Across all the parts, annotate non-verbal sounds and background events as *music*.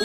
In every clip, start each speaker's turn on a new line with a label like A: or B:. A: O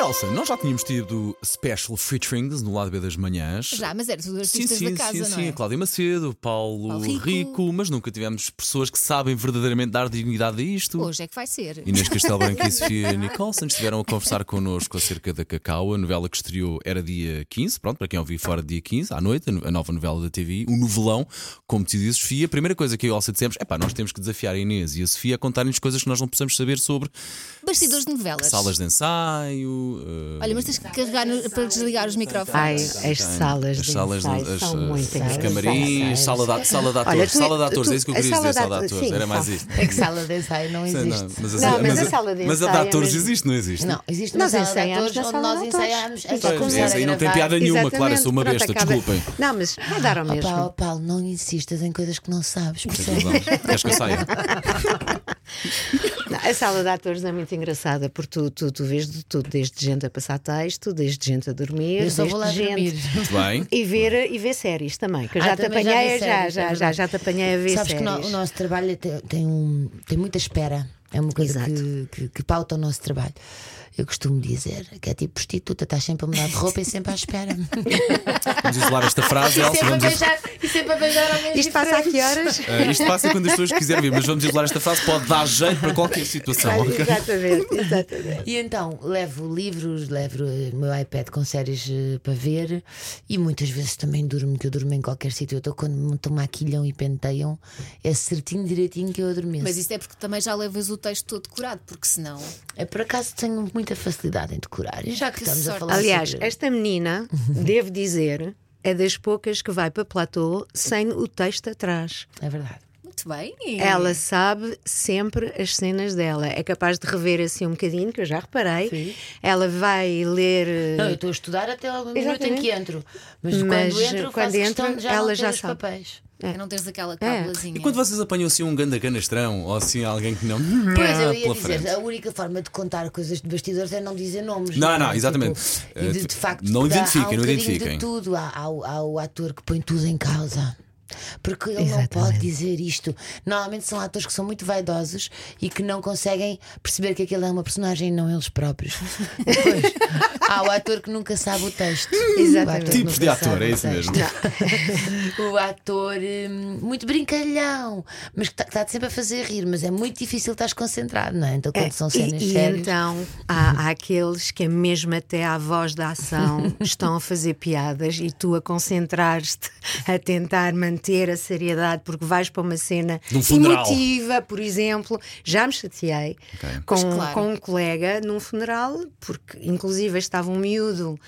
B: Elsa, nós já tínhamos tido special featurings no lado B das manhãs.
C: Já,
D: é,
C: mas eram todos
B: Sim,
C: artistas
B: sim,
C: da casa,
B: sim,
C: não
B: sim.
C: é?
B: Cláudia Macedo, Paulo,
C: Paulo
B: Rico.
C: Rico.
B: mas nunca tivemos pessoas que sabem verdadeiramente dar dignidade a isto.
C: Hoje é que vai ser.
B: Inês Castelo Branco
C: *laughs*
B: e Sofia Nicholson estiveram a conversar connosco acerca da Cacau. A novela que estreou era dia 15, pronto, para quem ouviu fora dia 15, à noite, a no- a nova novela da TV, o novelão, como te dizes, Sofia. A primeira coisa que eu e a Elsa dissemos é pá, nós temos que desafiar a Inês e a Sofia a contarem-nos coisas que nós não possamos saber sobre
C: Bastidores de novelas.
B: salas de ensaio. eh,
C: Olha, mas tens que carregar no- para desligar os
E: Ai,
C: microfones.
E: as salas
B: As
E: de
B: salas,
E: ensaio
B: as-
E: são
B: as-
E: muito
B: os
E: engraçadas.
B: camarins, sala de, sala de atores,
E: Olha, tu-
B: sala de atores,
E: tu-
B: é isso que eu
E: a
B: queria dizer,
E: de
B: sala de atores,
E: sim,
B: era mais
E: sala-
B: isso.
E: É que sala de ensaio não
B: Sei
E: existe.
B: não, mas a,
E: Não,
B: mas
E: a
B: a-
E: sala de
B: mas a de
E: ensaio é
B: atores
E: mesmo-
B: existe, não existe?
E: Não, existe uma
D: Nós
E: sala
D: é
E: de
D: ensaiámos
E: atores
D: na
E: onde
D: sala
E: nós
D: de atores.
E: ensaiámos
D: Pois,
E: a começar
B: essa é, aí
E: a
B: não tem
E: gravar.
B: piada nenhuma, claro, eu sou uma
E: Exatamente,
B: besta,
E: pronto, acaba.
B: desculpem.
E: Não, mas vai dar ao
D: Oh, Paulo,
E: mesmo.
D: Paulo, não insistas em coisas que não sabes.
B: Tens
E: é-
B: razão. Queres que eu
E: *laughs*
B: saia?
E: Não, a sala de atores é muito engraçada porque tu, tu, tu vês de tudo, desde gente a passar texto, desde gente a dormir,
D: Eu só vou lá
E: desde gente.
D: dormir.
B: Muito bem.
E: E ver, e ver séries também, que eu
D: Ah,
E: já te
D: também já
E: apanhei,
D: vi
E: já,
D: séries,
E: já,
D: é
E: já,
D: verdade.
E: já te apanhei a ver
D: Sabes que
E: séries.
D: no- o nosso trabalho tem, tem um, tem muita espera. É uma coisa
E: Exato.
D: que, que- que pauta o nosso trabalho. Eu costumo dizer que é
E: *laughs*
D: tipo prostituta, estás sempre a mudar de roupa e sempre à
C: *laughs*
D: espera.
E: é
B: Vamos isolar esta frase, Elsa. Vamos is-
D: e sempre a beijar ao mesmo
E: Isto passa a que horas?
B: Eh, isto passa quando as pessoas quiserem vir, mas vamos isolar esta frase, pode dar jeito para qualquer
D: Tá
B: situação. ok?
E: Exatamente, exatamente.
D: E então levo livros, levo eh, o meu iPad com séries eh, para ver e muitas vezes também durmo, que eu durmo em qualquer sítio. Eu estou quando me tomaquilham e penteiam, é certinho, direitinho que eu adormeço.
C: Mas isso é porque também já levas o texto todo decorado, porque senão.
D: É por acaso tenho muita facilidade em decorar. E já que,
C: Que
D: estamos a
C: sorte.
D: falar
E: Aliás,
D: sobre-
E: esta menina, devo dizer, é das poucas que vai para platô sem o texto atrás.
D: é verdade.
C: Muito bem. E-
E: Ela sabe sempre as cenas dela. É capaz de rever assim um bocadinho, que eu já reparei.
D: Sim.
E: Ela vai ler. eh,
D: Não, eu estou a estudar até ao minuto em
E: Exatamente.
D: que entro. Mas,
E: Mas, eh,
D: quando entro,
E: quando
D: faço questão
E: entra,
D: de já
E: ela
D: não ter
E: já
D: os
E: sabe.
D: papéis.
C: Para é não teres aquela
B: E
C: cábulazinha.
B: quando vocês apanham assim um ganda canastrão ou assim alguém que não.
D: Pois eu ia
B: pela
D: dizer,
B: frente.
D: a única forma de contar coisas de bastidores é não dizer nomes.
B: Não,
D: é?
B: não, exatamente.
D: Tipo,
B: Eh,
D: e de,
B: tu-
D: de facto,
B: não
D: dá- há
B: identifiquem,
D: um
B: não
D: bocadinho
B: identifiquem.
D: De tudo. Há, há, o- há o ator que põe tudo em causa. Porque ele não
E: Exatamente.
D: pode dizer isto. Normalmente são atores que são muito vaidosos e que não conseguem perceber que aquilo é uma personagem e não
E: *laughs*
D: eles próprios. Depois, há o ator que nunca sabe o texto.
E: Exatamente.
D: O ator que
B: Tipos de
D: nunca sabe
B: ator,
D: o
B: é isso
D: texto
B: mesmo.
D: o ator hum, muito brincalhão, mas que está sempre a fazer rir, mas é muito difícil estar concentrado, não é? Então quando são cenas
E: e, e
D: sérias.
E: então há, há aqueles que mesmo até à voz da
D: *laughs*
E: ação estão a fazer piadas e tu a concentrares-te a tentar manter a seriedade porque vais para uma cena
B: Num funeral.
E: emotiva, por exemplo. Já me chateei com,
C: Pois, claro.
E: com um colega num funeral, porque inclusive estava um miúdo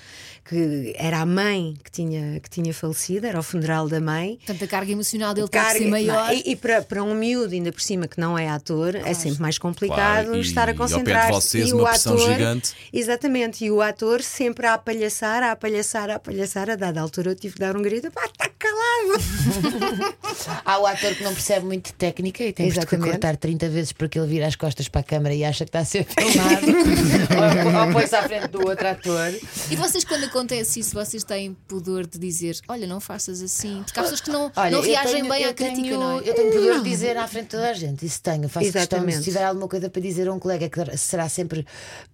E: que era a mãe que tinha, que tinha falecido, era o funeral da mãe,
C: Portanto, a carga emocional dele
E: Carga- é?
C: tem que ser maior.
E: E, e para, para um miúdo, ainda por cima, que não é ator, é sempre mais complicado
B: Claro, e-
E: estar
B: e
E: a
B: ao pé de
E: concentrar-se.
B: vocês, uma pressão gigante.
E: Exatamente, e o ator sempre a apalhaçar, a apalhaçar, a apalhaçar. A dada altura eu tive de dar um grito: pá, está calado!
D: Há o ator que não percebe muito de técnica e temos de
E: então- Exatamente.
D: cortar 30 vezes porque ele vira as costas para a câmara e acha que está a
E: *laughs*
D: ser filmado. ou, ou põe-se à frente do outro ator.
C: E vocês, quando acontece isso, vocês têm pudor de dizer: olha, não faças assim. Porque há pessoas que não, não
D: eu
C: reagem
D: tenho-
C: bem
D: eu
C: à crítica,
D: tenho-
C: não é?
D: Eu tenho poder
C: *laughs*
D: de dizer à frente de toda a gente, isso tenho. Faço questão,
E: Exatamente.
D: se tiver alguma coisa para dizer a um colega que será sempre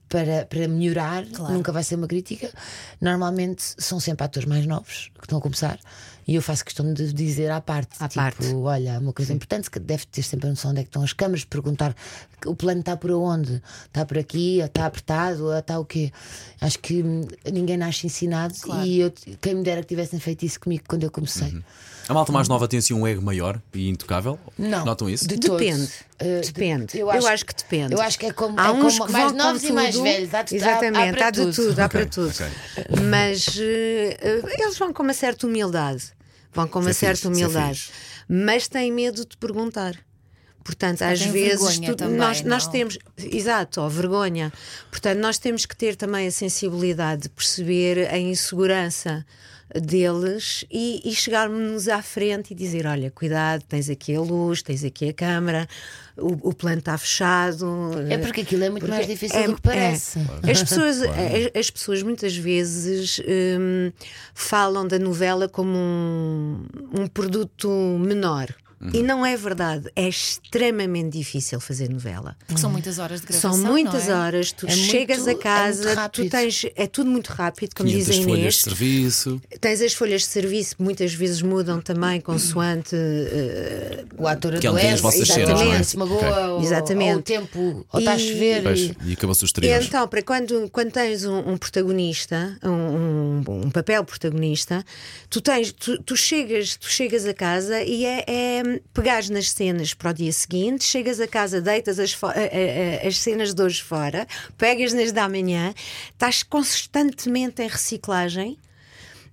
D: para, para melhorar, nunca vai ser uma crítica. Normalmente são sempre atores mais novos que estão a começar e eu faço questão de dizer à parte.
E: À
D: tipo,
E: parte.
D: olha, uma coisa importante que deve ter sempre a noção onde é que estão as câmaras, perguntar que o plano está por onde? Está por aqui, ou está apertado, ou está o quê? Acho que hum, ninguém nasce ensinado
C: Claro.
D: e eu, quem me dera que tivessem feito isso comigo quando eu comecei.
B: A malta mais nova tem assim um ego maior e intocável?
D: Não.
B: Notam isso?
D: De todo.
E: Depende,
D: Eh,
E: depende.
D: de-
E: Eu acho, que depende.
D: Eu acho que é como,
E: Há
D: é
E: uns
D: como
E: que
D: mais
E: vão com
D: novos e mais
E: tudo.
D: velhos. Há de,
E: Exatamente,
D: há, há para
E: de tudo,
D: tudo.
E: há para tudo.
B: ok.
E: Mas eh, eh, eles vão com uma certa humildade. Vão com uma
B: Isso é
E: certa
B: fixe, isso é
E: humildade.
B: fixe.
E: mas têm medo de perguntar. Portanto, às
C: têm
E: vezes
C: vergonha
E: tu-
C: também,
E: nós, nós
C: não?
E: temos, exato, ou vergonha. Portanto, nós temos que ter também a sensibilidade de perceber a insegurança deles e, e chegarmos à frente e dizer: olha, cuidado, tens aqui a luz, tens aqui a câmara, o, o plano está fechado.
D: É porque aquilo é muito
E: Eh, Porque
D: mais difícil
E: é-
D: do que parece.
E: é. As pessoas, as, as pessoas muitas vezes hum, falam da novela como um, um produto menor.
B: Uhum.
E: E não é verdade. É extremamente difícil fazer novela.
C: Porque são muitas horas de gravação.
E: São muitas
C: não é?
E: horas, tu
D: É muito-
E: chegas a
D: é muito
E: casa, tu
D: rápido.
E: tens. É tudo muito rápido, como
B: 500
E: dizem
B: folhas de
E: Inês.
B: serviço.
E: Tens as folhas de serviço, que muitas vezes mudam também, consoante.
D: O ator
B: Que é onde tem as
D: adoece,
B: vossas cenas,
D: exatamente,
E: não é?
D: se magoa,
B: Ok.
D: ou-
E: Exatamente.
D: ou o tempo, ou está a
E: E-
D: chover.
B: Pois,
D: e-
B: e acabou-se os
E: E
B: trios.
E: então, para quando, quando tens um, um protagonista, um, um- um papel protagonista, tu, tens, tu, tu chegas, tu chegas a casa e é, é pegares nas cenas para o dia seguinte, chegas a casa, deitas as, fo- a- a- a- as cenas de hoje fora, pegas nas da manhã, estás constantemente em reciclagem.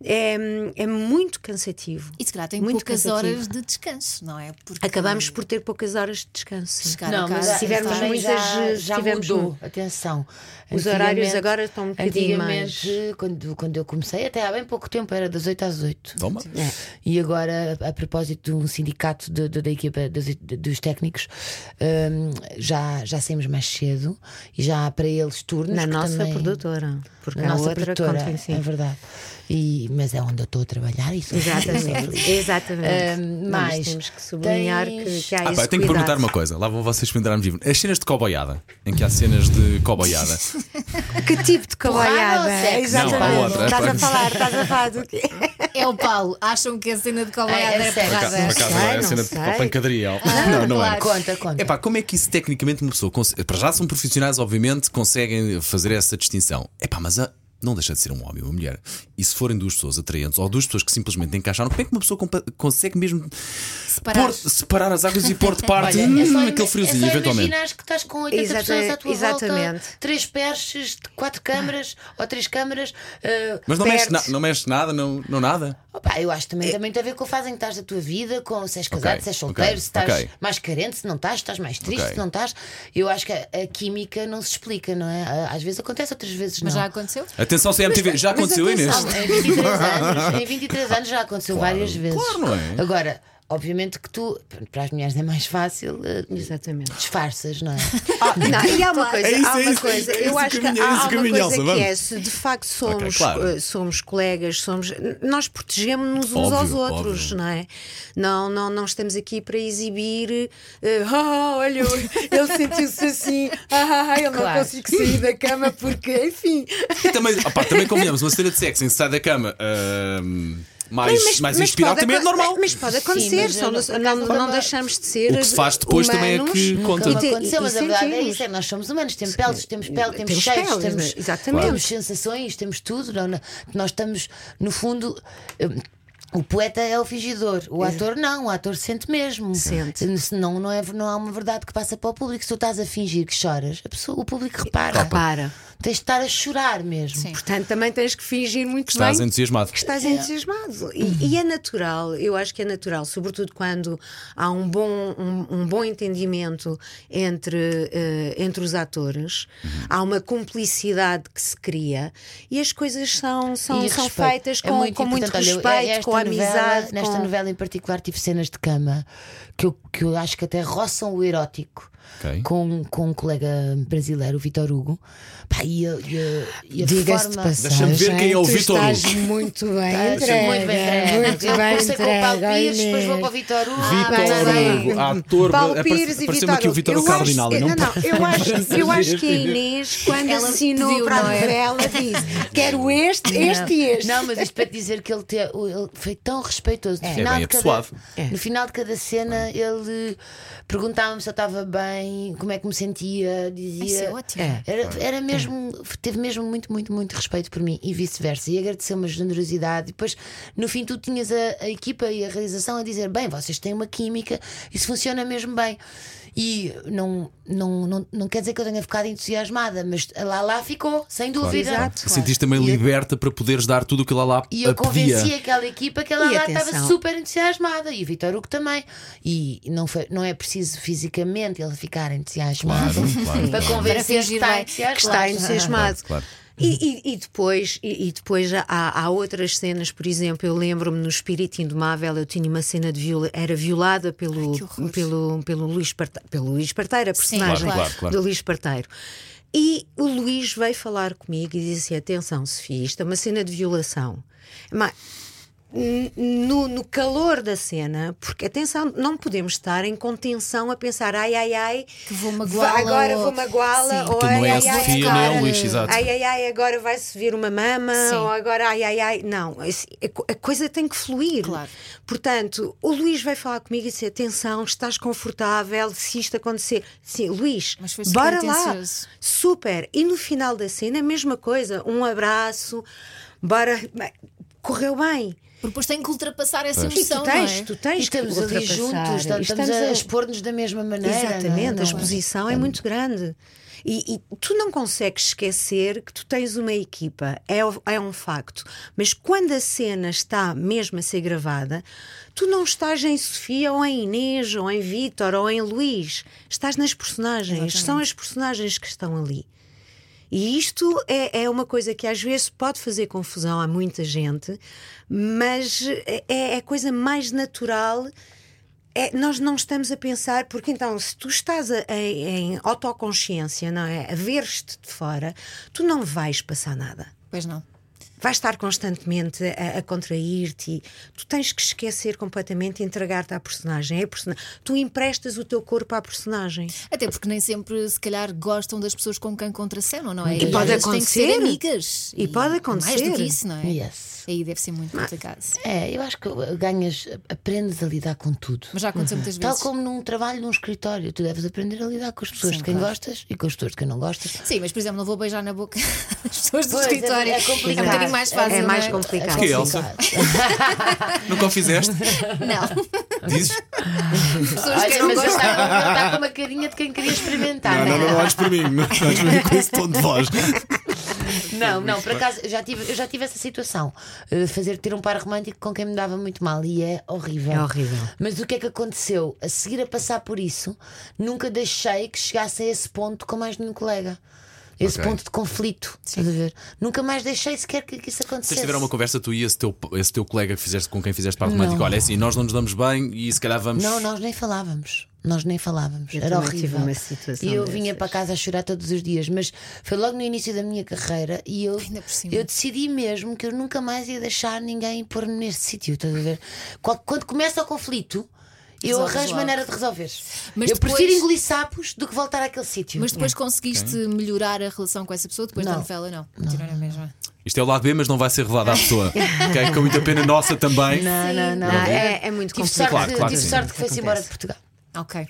E: É, é muito cansativo.
C: E se calhar tem
E: Muito
C: poucas
E: cansativo.
C: horas de descanso, não é? Porque
E: Acabamos por ter poucas horas de descanso. sim.
C: chegar a casa.
E: se tivermos
C: estar-
D: também
E: muitas, eh,
D: já,
E: se
D: já
E: tivermos
D: mudou.
E: muito.
D: Atenção.
E: Os horários
D: Antigamente-
E: agora estão um bocadinho mais.
D: Antigamente, quando, quando eu comecei, até há bem pouco tempo, era das 8 às 8.
B: Toma.
D: E agora, a, a propósito de um sindicato de- de- da equipa dos, dos técnicos, hum, já, já saímos mais cedo e já há para eles turnos.
E: Na
D: que
E: nossa
D: também-
E: produtora. Porque
D: na
E: a
D: nossa
E: outra
D: produtora,
E: contem, sim.
D: é verdade. E, mas é onde eu estou a trabalhar e sou *laughs*
E: *laughs*
B: É,
E: Exatamente, exatamente.
D: Ahm,
E: Nós
D: mais
E: temos que sublinhar
D: tens-
E: que, que há
B: Ah,
E: esse
B: pá, eu tenho que
E: cuidado.
B: perguntar uma coisa. Lá vão vocês me vivo. As cenas de coboiada, em que há cenas de coboiada.
E: Que tipo de cavalhada?
D: ou sexo?
B: Não, a
E: Exatamente.
B: outra.
E: estás a falar, estás a falar do quê?
C: É o Paulo, acham que a cena de cobalhada
D: É, é
C: é
D: sério.
B: Por
C: porrada.
B: acaso
E: sei,
B: não é a
E: não
B: cena de
E: sei.
B: pancadaria. não, não é.
D: claro. Conta, conta.
B: Epá, como é que isso tecnicamente uma pessoa. cons- Para já são profissionais, obviamente, conseguem fazer essa distinção. Epá, mas a- Não deixa de ser um homem ou uma mulher. E se forem duas pessoas atraentes ou duas pessoas que simplesmente encaixaram, como é que uma pessoa compa- consegue mesmo
C: Separar.
B: pôr- separar as águas e pôr de parte
D: Olha, é só
B: hum,
D: ima-
B: aquele friozinho,
D: é só
B: eventualmente?
D: Imaginas que estás com 80
E: Exata-
D: pessoas à tua
E: exatamente.
D: volta, três perches, quatro câmaras ou três câmaras. eh,
B: Mas não mexe,
E: Perto.
B: na- não mexe nada, não, não nada.
D: Opa, eu acho também, também tem a ver com a fase em que estás da tua vida, com se és casado,
B: Ok,
D: se és solteiro,
B: ok,
D: se estás
B: ok.
D: mais carente, se não estás, se estás mais triste,
B: Ok.
D: se não estás. Eu acho que a, a química não se explica, não é? A- Às vezes acontece, outras vezes
C: Mas
D: não.
C: já aconteceu?
B: Atenção, CMTV, já aconteceu, Inês?
D: Não, em 23
B: *laughs*
D: anos, em 23 anos já aconteceu várias vezes.
B: claro, não é?
D: Agora, obviamente que tu, para as mulheres é mais fácil, eh,
E: Exatamente.
B: *laughs*
D: disfarças, não é?
E: Não, e há uma coisa,
B: Ah, É isso,
E: há
B: é
E: uma
B: isso, é isso,
E: coisa.
B: é isso
E: eu
B: o
E: acho que
B: caminho, é
E: há
B: isso o
E: uma
B: caminho,
E: coisa
B: Elsa,
E: que
B: vamos.
E: é, se de facto somos,
B: claro.
E: eh, somos colegas, somos, nós protegemos-nos uns
B: Óbvio,
E: aos outros,
B: óbvio.
E: não é? Não, não, não estamos aqui para exibir, eh, ah, olha, ele sentiu-se assim, ah, ele não
D: Claro.
E: consigo sair da cama porque, enfim.
B: E também, opá, também combinamos uma cena de sexo em que se sai da cama ahm, mais,
E: Mas- mas-
B: Ah, mais
E: mas
B: inspirado
E: pode
B: também é
E: acon-
B: normal.
E: Mas pode
D: Sim,
E: acontecer,
D: mas
E: só
D: eu não- por
E: não,
D: acaso
E: não,
D: nunca
E: não
D: me-
E: deixamos de ser.
B: O que se faz depois também é que
E: humanos
B: conta.
D: Não
E: e te-
D: aconteceu,
E: e-
D: mas
E: e
D: a verdade é
E: sentimos.
D: isso: é que nós somos humanos, temos peles, temos pele, temos,
E: Temos
D: cheiros,
E: peles,
D: temos,
E: mas- exatamente.
D: temos sensações, temos tudo. não- não- nós estamos, no fundo. hum, o poeta é o fingidor, o ator não, o ator sente mesmo.
E: Sente.
D: Senão não, é, não há uma verdade que passa para o público. Se tu estás a fingir que choras, a pessoa- o público repara.
E: Repara.
D: Tens de estar a chorar mesmo.
C: Sim.
E: Portanto, também tens que fingir muito
B: Estás
E: bem
B: entusiasmado.
E: que
D: É.
E: estás entusiasmado. E, e é natural, eu acho que é natural, sobretudo quando há um bom, um, um bom entendimento entre, eh, entre os atores,
D: Uhum.
E: há uma cumplicidade que se cria e as coisas são, são,
D: E
E: Então, são
D: respeito.
E: feitas
D: É
E: com muito, com muito
D: importante. Olha, é
E: respeito,
D: esta
E: com amizade.
D: novela- Nesta
E: com-
D: novela em particular tive cenas de cama que eu, que eu acho que até roçam o erótico.
B: Ok.
D: Com, com um colega brasileiro, o Vitor Hugo. Pá, e a, e a- e a
E: Diga-se de
D: forma.
E: passagem.
B: Deixa-me ver quem é o
E: tu
B: Vítor
E: Estás
B: Hugo.
E: muito bem
D: Estás
E: entregue.
D: muito bem entregue.
E: Muito
D: Eu
E: bem
D: comecei com o Paulo
E: entregue,
D: Pires, depois
E: Inês.
D: vou para o Vitor Hugo. tá
B: Vitor
E: bem.
B: Hugo, ator.
E: Paulo
B: apare-
E: Pires e
B: Apareceu-me
E: Vitor
B: aqui o
E: Hugo.
B: Vitor
E: eu
B: Cardinal.
E: acho,
B: não,
E: não, não, eu acho, eu acho que a Inês, quando
C: Ela
E: assinou
C: pediu,
E: para
C: não
E: a
C: é?
E: novela, disse: quero este, este e este.
D: Não, mas isto para te dizer que ele, te- ele foi tão respeitoso. No,
B: É
D: final
B: bem
D: de cada,
B: apessoado.
D: no final de cada cena, ele perguntava-me se eu estava bem, como é que me sentia, dizia.
C: Isso é ótimo.
E: É.
D: Era, era mesmo, teve mesmo muito, muito, muito respeito por mim e vice-versa. E agradeceu-me a generosidade. E depois, no fim, tu tinhas a, a equipa e a realização a dizer: bem, vocês têm uma química, isso funciona mesmo bem. E não, não, não, não quer dizer que eu tenha ficado entusiasmada, mas lá lá ficou, sem dúvida.
B: Sentiste também liberta para poderes dar tudo o que ela lá
D: E eu
B: pedia.
D: convenci aquela equipa que ela
E: E
D: lá
E: atenção.
D: estava super entusiasmada e o Vitor Hugo também. E não, foi, não é preciso fisicamente ele ficar entusiasmado
B: Claro, claro,
D: *laughs* para
B: claro.
C: Para
D: convencer que
C: fingir
D: está
C: bem.
D: entusiasmado.
E: que está entusiasmado.
B: Claro, claro.
E: E, e- e depois, e, e depois há, há outras cenas, por exemplo, eu lembro-me no Espírito Indomável, eu tinha uma cena de viola, era violada pelo,
C: que horror.
E: pelo, pelo, Luís Parte- pelo Luís Parteira, a
C: Sim,
E: personagem
B: Claro, claro, claro.
E: é? do Luís Parteiro. E o Luís veio falar comigo e disse assim: atenção, Sofia, isto é uma cena de violação. Mas n- no, no calor da cena, porque atenção, não podemos estar em contenção a pensar ai ai ai,
C: Que vou
E: vá-
C: magoá-la
E: agora
C: ou-
E: vou magoá-la,
C: Sim.
E: ou
B: Aquilo não
E: ai
B: é a
E: ai ai,
B: Sofia
E: agora-
B: nem é o Luís, exato.
E: ai ai ai, agora vai-se vir uma mama,
C: né, Sim.
E: ou agora ai ai ai. Não, esse- a co- a coisa tem que fluir.
C: Claro.
E: Portanto, o Luís veio falar comigo e disse: atenção, estás confortável se isto acontecer. Sim, Luís,
C: Mas foi super
E: bora lá.
C: atencioso.
E: Super. E no final da cena, a mesma coisa, um abraço, bora. Correu bem.
C: Porque depois tem que ultrapassar essa
E: E
C: emoção.
E: tu
C: não
E: tens,
C: é?
E: tu
D: E
E: tens
D: estamos
E: que
D: ali
E: ultrapassar.
D: juntos, estamos,
E: Estamos
D: a,
E: a-
D: expor-nos da mesma maneira.
E: Exatamente,
D: não é?
E: a
D: Não é?
E: exposição é, muito grande. E, e tu não consegues esquecer que tu tens uma equipa, é, o- é um facto. Mas quando a cena está mesmo a ser gravada, tu não estás em Sofia ou em Inês ou em Vítor ou em Luís, estás nas personagens, são as personagens que estão ali. E isto é, é uma coisa que às vezes pode fazer confusão a muita gente, mas é, é a coisa mais natural. É, nós não estamos a pensar, porque então, se tu estás a- em, em autoconsciência, não é? A ver-te de fora, tu não vais passar nada.
C: Pois não.
E: Vais estar constantemente a, a contrair-te. e Tu tens que esquecer completamente e entregar-te à personagem. É a persona- Tu emprestas o teu corpo à personagem.
C: Até porque nem sempre, se calhar, gostam das pessoas com quem contracenam, não é?
E: E pode
C: às vezes Tem que ser
E: acontecer.
C: amigas.
E: E pode
C: Mais do
E: acontecer.
C: que isso, não é?
D: Yes.
C: Aí deve ser muito complicado.
D: É, eu acho que ganhas, aprendes a lidar com tudo.
C: Mas já aconteceu muitas
D: Uhum. Tal
C: vezes.
D: como num trabalho, num escritório, tu deves aprender a lidar com as pessoas
C: Sim,
D: de quem
C: claro.
D: gostas e com as pessoas de quem não gostas.
C: Sim, mas por exemplo, não vou beijar na boca *laughs* as pessoas do
D: Pois, é-
C: escritório.
D: é complicado.
C: um bocadinho mais fácil.
E: é mais
C: não
E: complicado.
B: Que é, Elsa? Nunca o fizeste?
D: *laughs*
C: Não,
B: Dizes?
C: pessoas que
D: Olha,
C: não
D: mas ele
C: gostam.
D: está, ele está com uma carinha de quem queria
E: Tá
D: experimentar. é?
B: Não, não, não, não olhes para mim. Não olhes para mim com esse tom de voz.
D: Não, não, por acaso eu já tive, eu já tive essa situação eh, de fazer ter um par romântico com quem me dava muito mal e é horrível.
E: É horrível.
D: Mas o que é que aconteceu? A seguir a passar por isso, nunca deixei que chegasse a esse ponto com mais nenhum colega. Esse
B: Ok.
D: ponto de conflito, estás a ver? Nunca mais deixei sequer que, que isso
B: Vocês
D: acontecesse.
B: tiveram uma conversa, tu e esse teu, esse teu colega que fizeste, com quem fizeste parte romântica. Olha, é assim, nós não nos damos bem e se calhar vamos.
D: Não, nós nem falávamos. Nós nem falávamos.
E: Eu
D: Era
E: também
D: horrível.
E: tive uma situação
D: e eu vinha
E: dessas.
D: para casa a chorar todos os dias, mas foi logo no início da minha carreira e eu,
C: Ainda por cima.
D: eu decidi mesmo que eu nunca mais ia deixar ninguém pôr-me neste sítio. Estás a ver? Qual- Quando começa o conflito. Eu
C: Resolves
D: arranjo
C: logo.
D: maneira de resolver.
C: Mas
D: eu prefiro
C: depois-
D: engolir sapos do que voltar àquele sítio.
C: Mas depois conseguiste melhorar a relação com essa pessoa depois da
D: Não.
C: novela, não? Continuar a mesma.
B: Isto é o lado B, mas não vai ser revelado à pessoa. ok? Com muita pena nossa também.
D: Não, não, não.
E: Não, é- é muito
D: tive
E: complicado.
D: sorte,
B: Claro, claro que
D: tive
B: sim.
D: sorte que foi-se
E: Acontece.
D: embora de Portugal. *laughs*
C: Ok.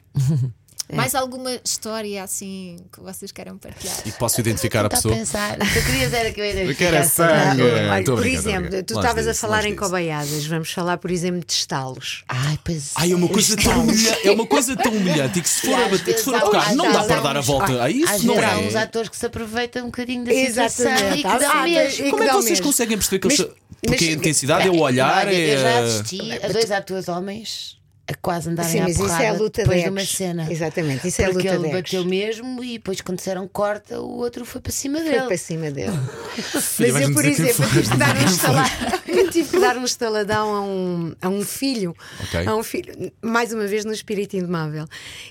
D: É.
C: Mais alguma história assim que vocês queiram partilhar?
B: E posso identificar a
D: Está a
B: pessoa.
D: pensar. Tu querias era que eu ia
B: Eu quero é
D: assim,
B: sangue.
E: Ah, Olha,
B: Estou a brincar,
E: por
B: estou a
E: exemplo,
B: brincar.
E: tu
B: Longe
E: estavas a
B: disso,
E: falar
B: longe
E: em
B: disso.
E: cobaiadas, vamos falar, por exemplo, de estalos.
D: Ai, pois.
B: Ai, é uma coisa tão humilhante, é uma coisa tão humilhante e que se for
D: E
B: a
D: às
B: bater, que se
D: vezes
B: for a
D: há-
B: tocar,
D: às
B: não dá
D: vezes
B: para
D: há
B: dar a
D: uns-
B: volta a
D: Às
B: isso, não
D: vezes há uns
B: é?
D: atores que se aproveitam um bocadinho da situação
E: Exatamente.
D: e que dão
E: Ah,
D: mesmo.
E: e
B: Como é que
E: dá
B: vocês
E: mesmo.
B: conseguem perceber que eles.
E: Mas-
B: Porque a
E: mas-
D: *laughs*
B: intensidade é o olhar,
D: Olha, Eu já
B: é.
D: assisti a dois atores homens a quase andarem
E: Sim,
D: à
E: mas isso
D: porrada
E: é a luta
D: depois
E: de
D: de uma
E: egos.
D: cena.
E: Exatamente, isso é a
D: Porque
E: luta
D: ele
E: de egos.
D: bateu mesmo e depois quando disseram corta, o outro foi para cima
E: Foi
D: dele.
E: para cima dele. Mas
B: vais-me
E: eu, por
B: dizer quem
E: exemplo,
B: foi.
E: tive que, dar um estala- eu tive que dar um estaladão a um, a um filho.
B: Ok.
E: A um filho, mais uma vez no espírito indomável.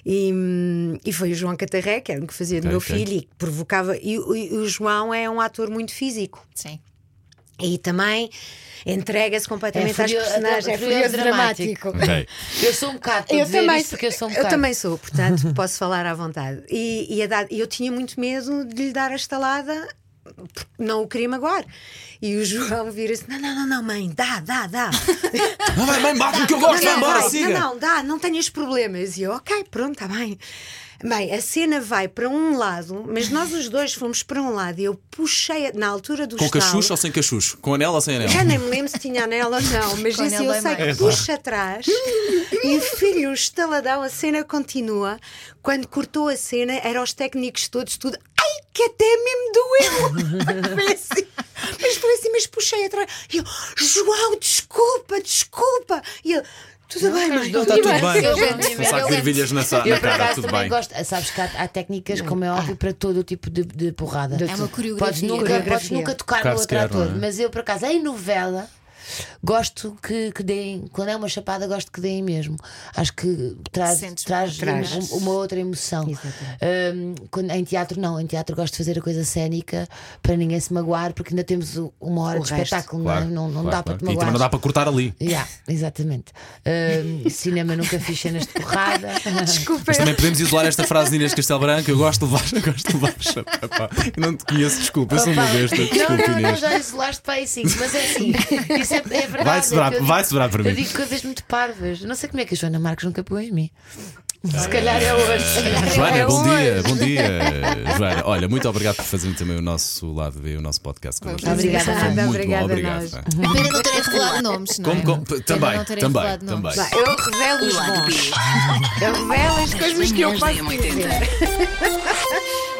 E: E, hum, e foi o João Catarré, que era o que fazia do
B: Ok,
E: meu
B: ok.
E: filho e que provocava. E, o- e o João é um ator muito físico.
C: Sim.
E: E também entrega-se completamente às
D: furio-
E: personagens.
D: é
E: É
D: furio-
E: furioso
D: dramático.
E: dramático.
B: Ok.
D: Eu sou um bocado, estou a
E: Eu
D: dizer
E: também,
D: isto porque eu sou um
E: eu
D: bocado.
E: também sou,
D: *laughs*
E: portanto, posso falar à vontade. E, e a dar- eu tinha muito medo de lhe dar a estalada, porque não o queria magoar. E o João vira-se: não, não, não, não, mãe, dá, dá,
D: *laughs*
E: dá.
B: Não, vai, vai, mata-me que eu
E: Não,
B: gosto, vai
E: não,
B: embora,
E: vai.
B: siga.
E: Não, não, dá, não tenhas problemas. E eu, ok, pronto, está bem. Bem, a cena vai para um lado, mas nós os dois fomos para um lado e eu puxei a- na altura do
B: Com
E: estalo.
B: cachucho ou sem cachucho? Com anel ou sem anel?
E: Já nem me lembro se tinha anel
B: *laughs*
E: ou não, mas
C: Com
E: isso
C: anel
E: eu
C: é
E: sei
C: mais.
E: que puxa atrás e filho, um estaladão, a cena continua. Quando cortou a cena, eram os técnicos todos, tudo. Ai, que até mesmo
B: *laughs*
E: doeu! Foi assim. Mas foi assim, mas puxei atrás. E eu, João, desculpa, desculpa! E ele, tudo bem, mãe.
B: Não, está tudo
D: Eu
B: bem.
D: lembro-me.
B: Um saco de ervilhas na sa- na
D: Eu por
B: cara,
D: acaso
B: Ah, tudo
D: também
B: bem.
D: gosto. Sabes que há, há técnicas, como é
E: Ah.
D: óbvio, para todo o tipo de, de porrada.
E: É
C: uma coreografia.
D: Podes nunca,
E: Coreografia.
D: podes nunca tocar
B: Tocar
D: no
B: se
D: outro
B: calhar,
D: ator.
B: não é?
D: Mas eu, por acaso, em novela. gosto que, que deem, quando é uma chapada, gosto que deem mesmo. Acho que traz,
C: Sentes-
D: traz,
E: traz.
D: um- uma outra emoção. Hum, quando, em teatro, não. Em teatro, gosto de fazer a coisa cénica para ninguém se magoar, porque ainda temos o- uma hora
E: O
D: de
E: resto.
D: espetáculo,
B: Claro,
D: não, é? não, não
B: claro,
D: dá para
B: claro.
D: te
B: E também
D: magoar.
B: não dá para cortar ali.
D: Yeah, exatamente. Hum, cinema nunca fiz cenas de porrada.
E: *laughs* Desculpa,
B: Mas também podemos isolar esta frase de Inês Castelo Branco. Eu gosto de levar, eu gosto de levar chapéu. Pá, Eu não te conheço, desculpa, eu sou uma
D: Opa,
B: besta.
D: Não,
B: Desculpa,
D: não, não,
B: Inês.
D: já isolaste para aí sim, mas é assim. Isso é, é verdade.
B: Vai
D: é
B: sobrar,
D: que eu
B: vai
D: digo-
B: sobrar para
D: Eu
B: mim.
D: digo coisas muito parvas. Não sei como é que a Joana Marques nunca pegou em mim. Se calhar é hoje. se calhar é
B: Joana, bom
D: hoje.
B: dia, bom dia. Joana, olha, muito obrigado por fazerem também o nosso lado B, o nosso podcast connosco.
D: Obrigada,
B: Foi muito bom,
E: obrigada a
B: obrigado.
E: nós.
B: pá.
C: Pena não terem revelado nomes, não é?
B: Como, como,
C: Pena
B: também,
C: não terem
B: também,
C: revelado nomes.
B: também.
E: Vá, Eu revelo
A: O
E: os
A: lado B.
E: bons. Eu revelo as
A: Das
E: coisas que eu
A: manhãs da
E: faço.
A: M80.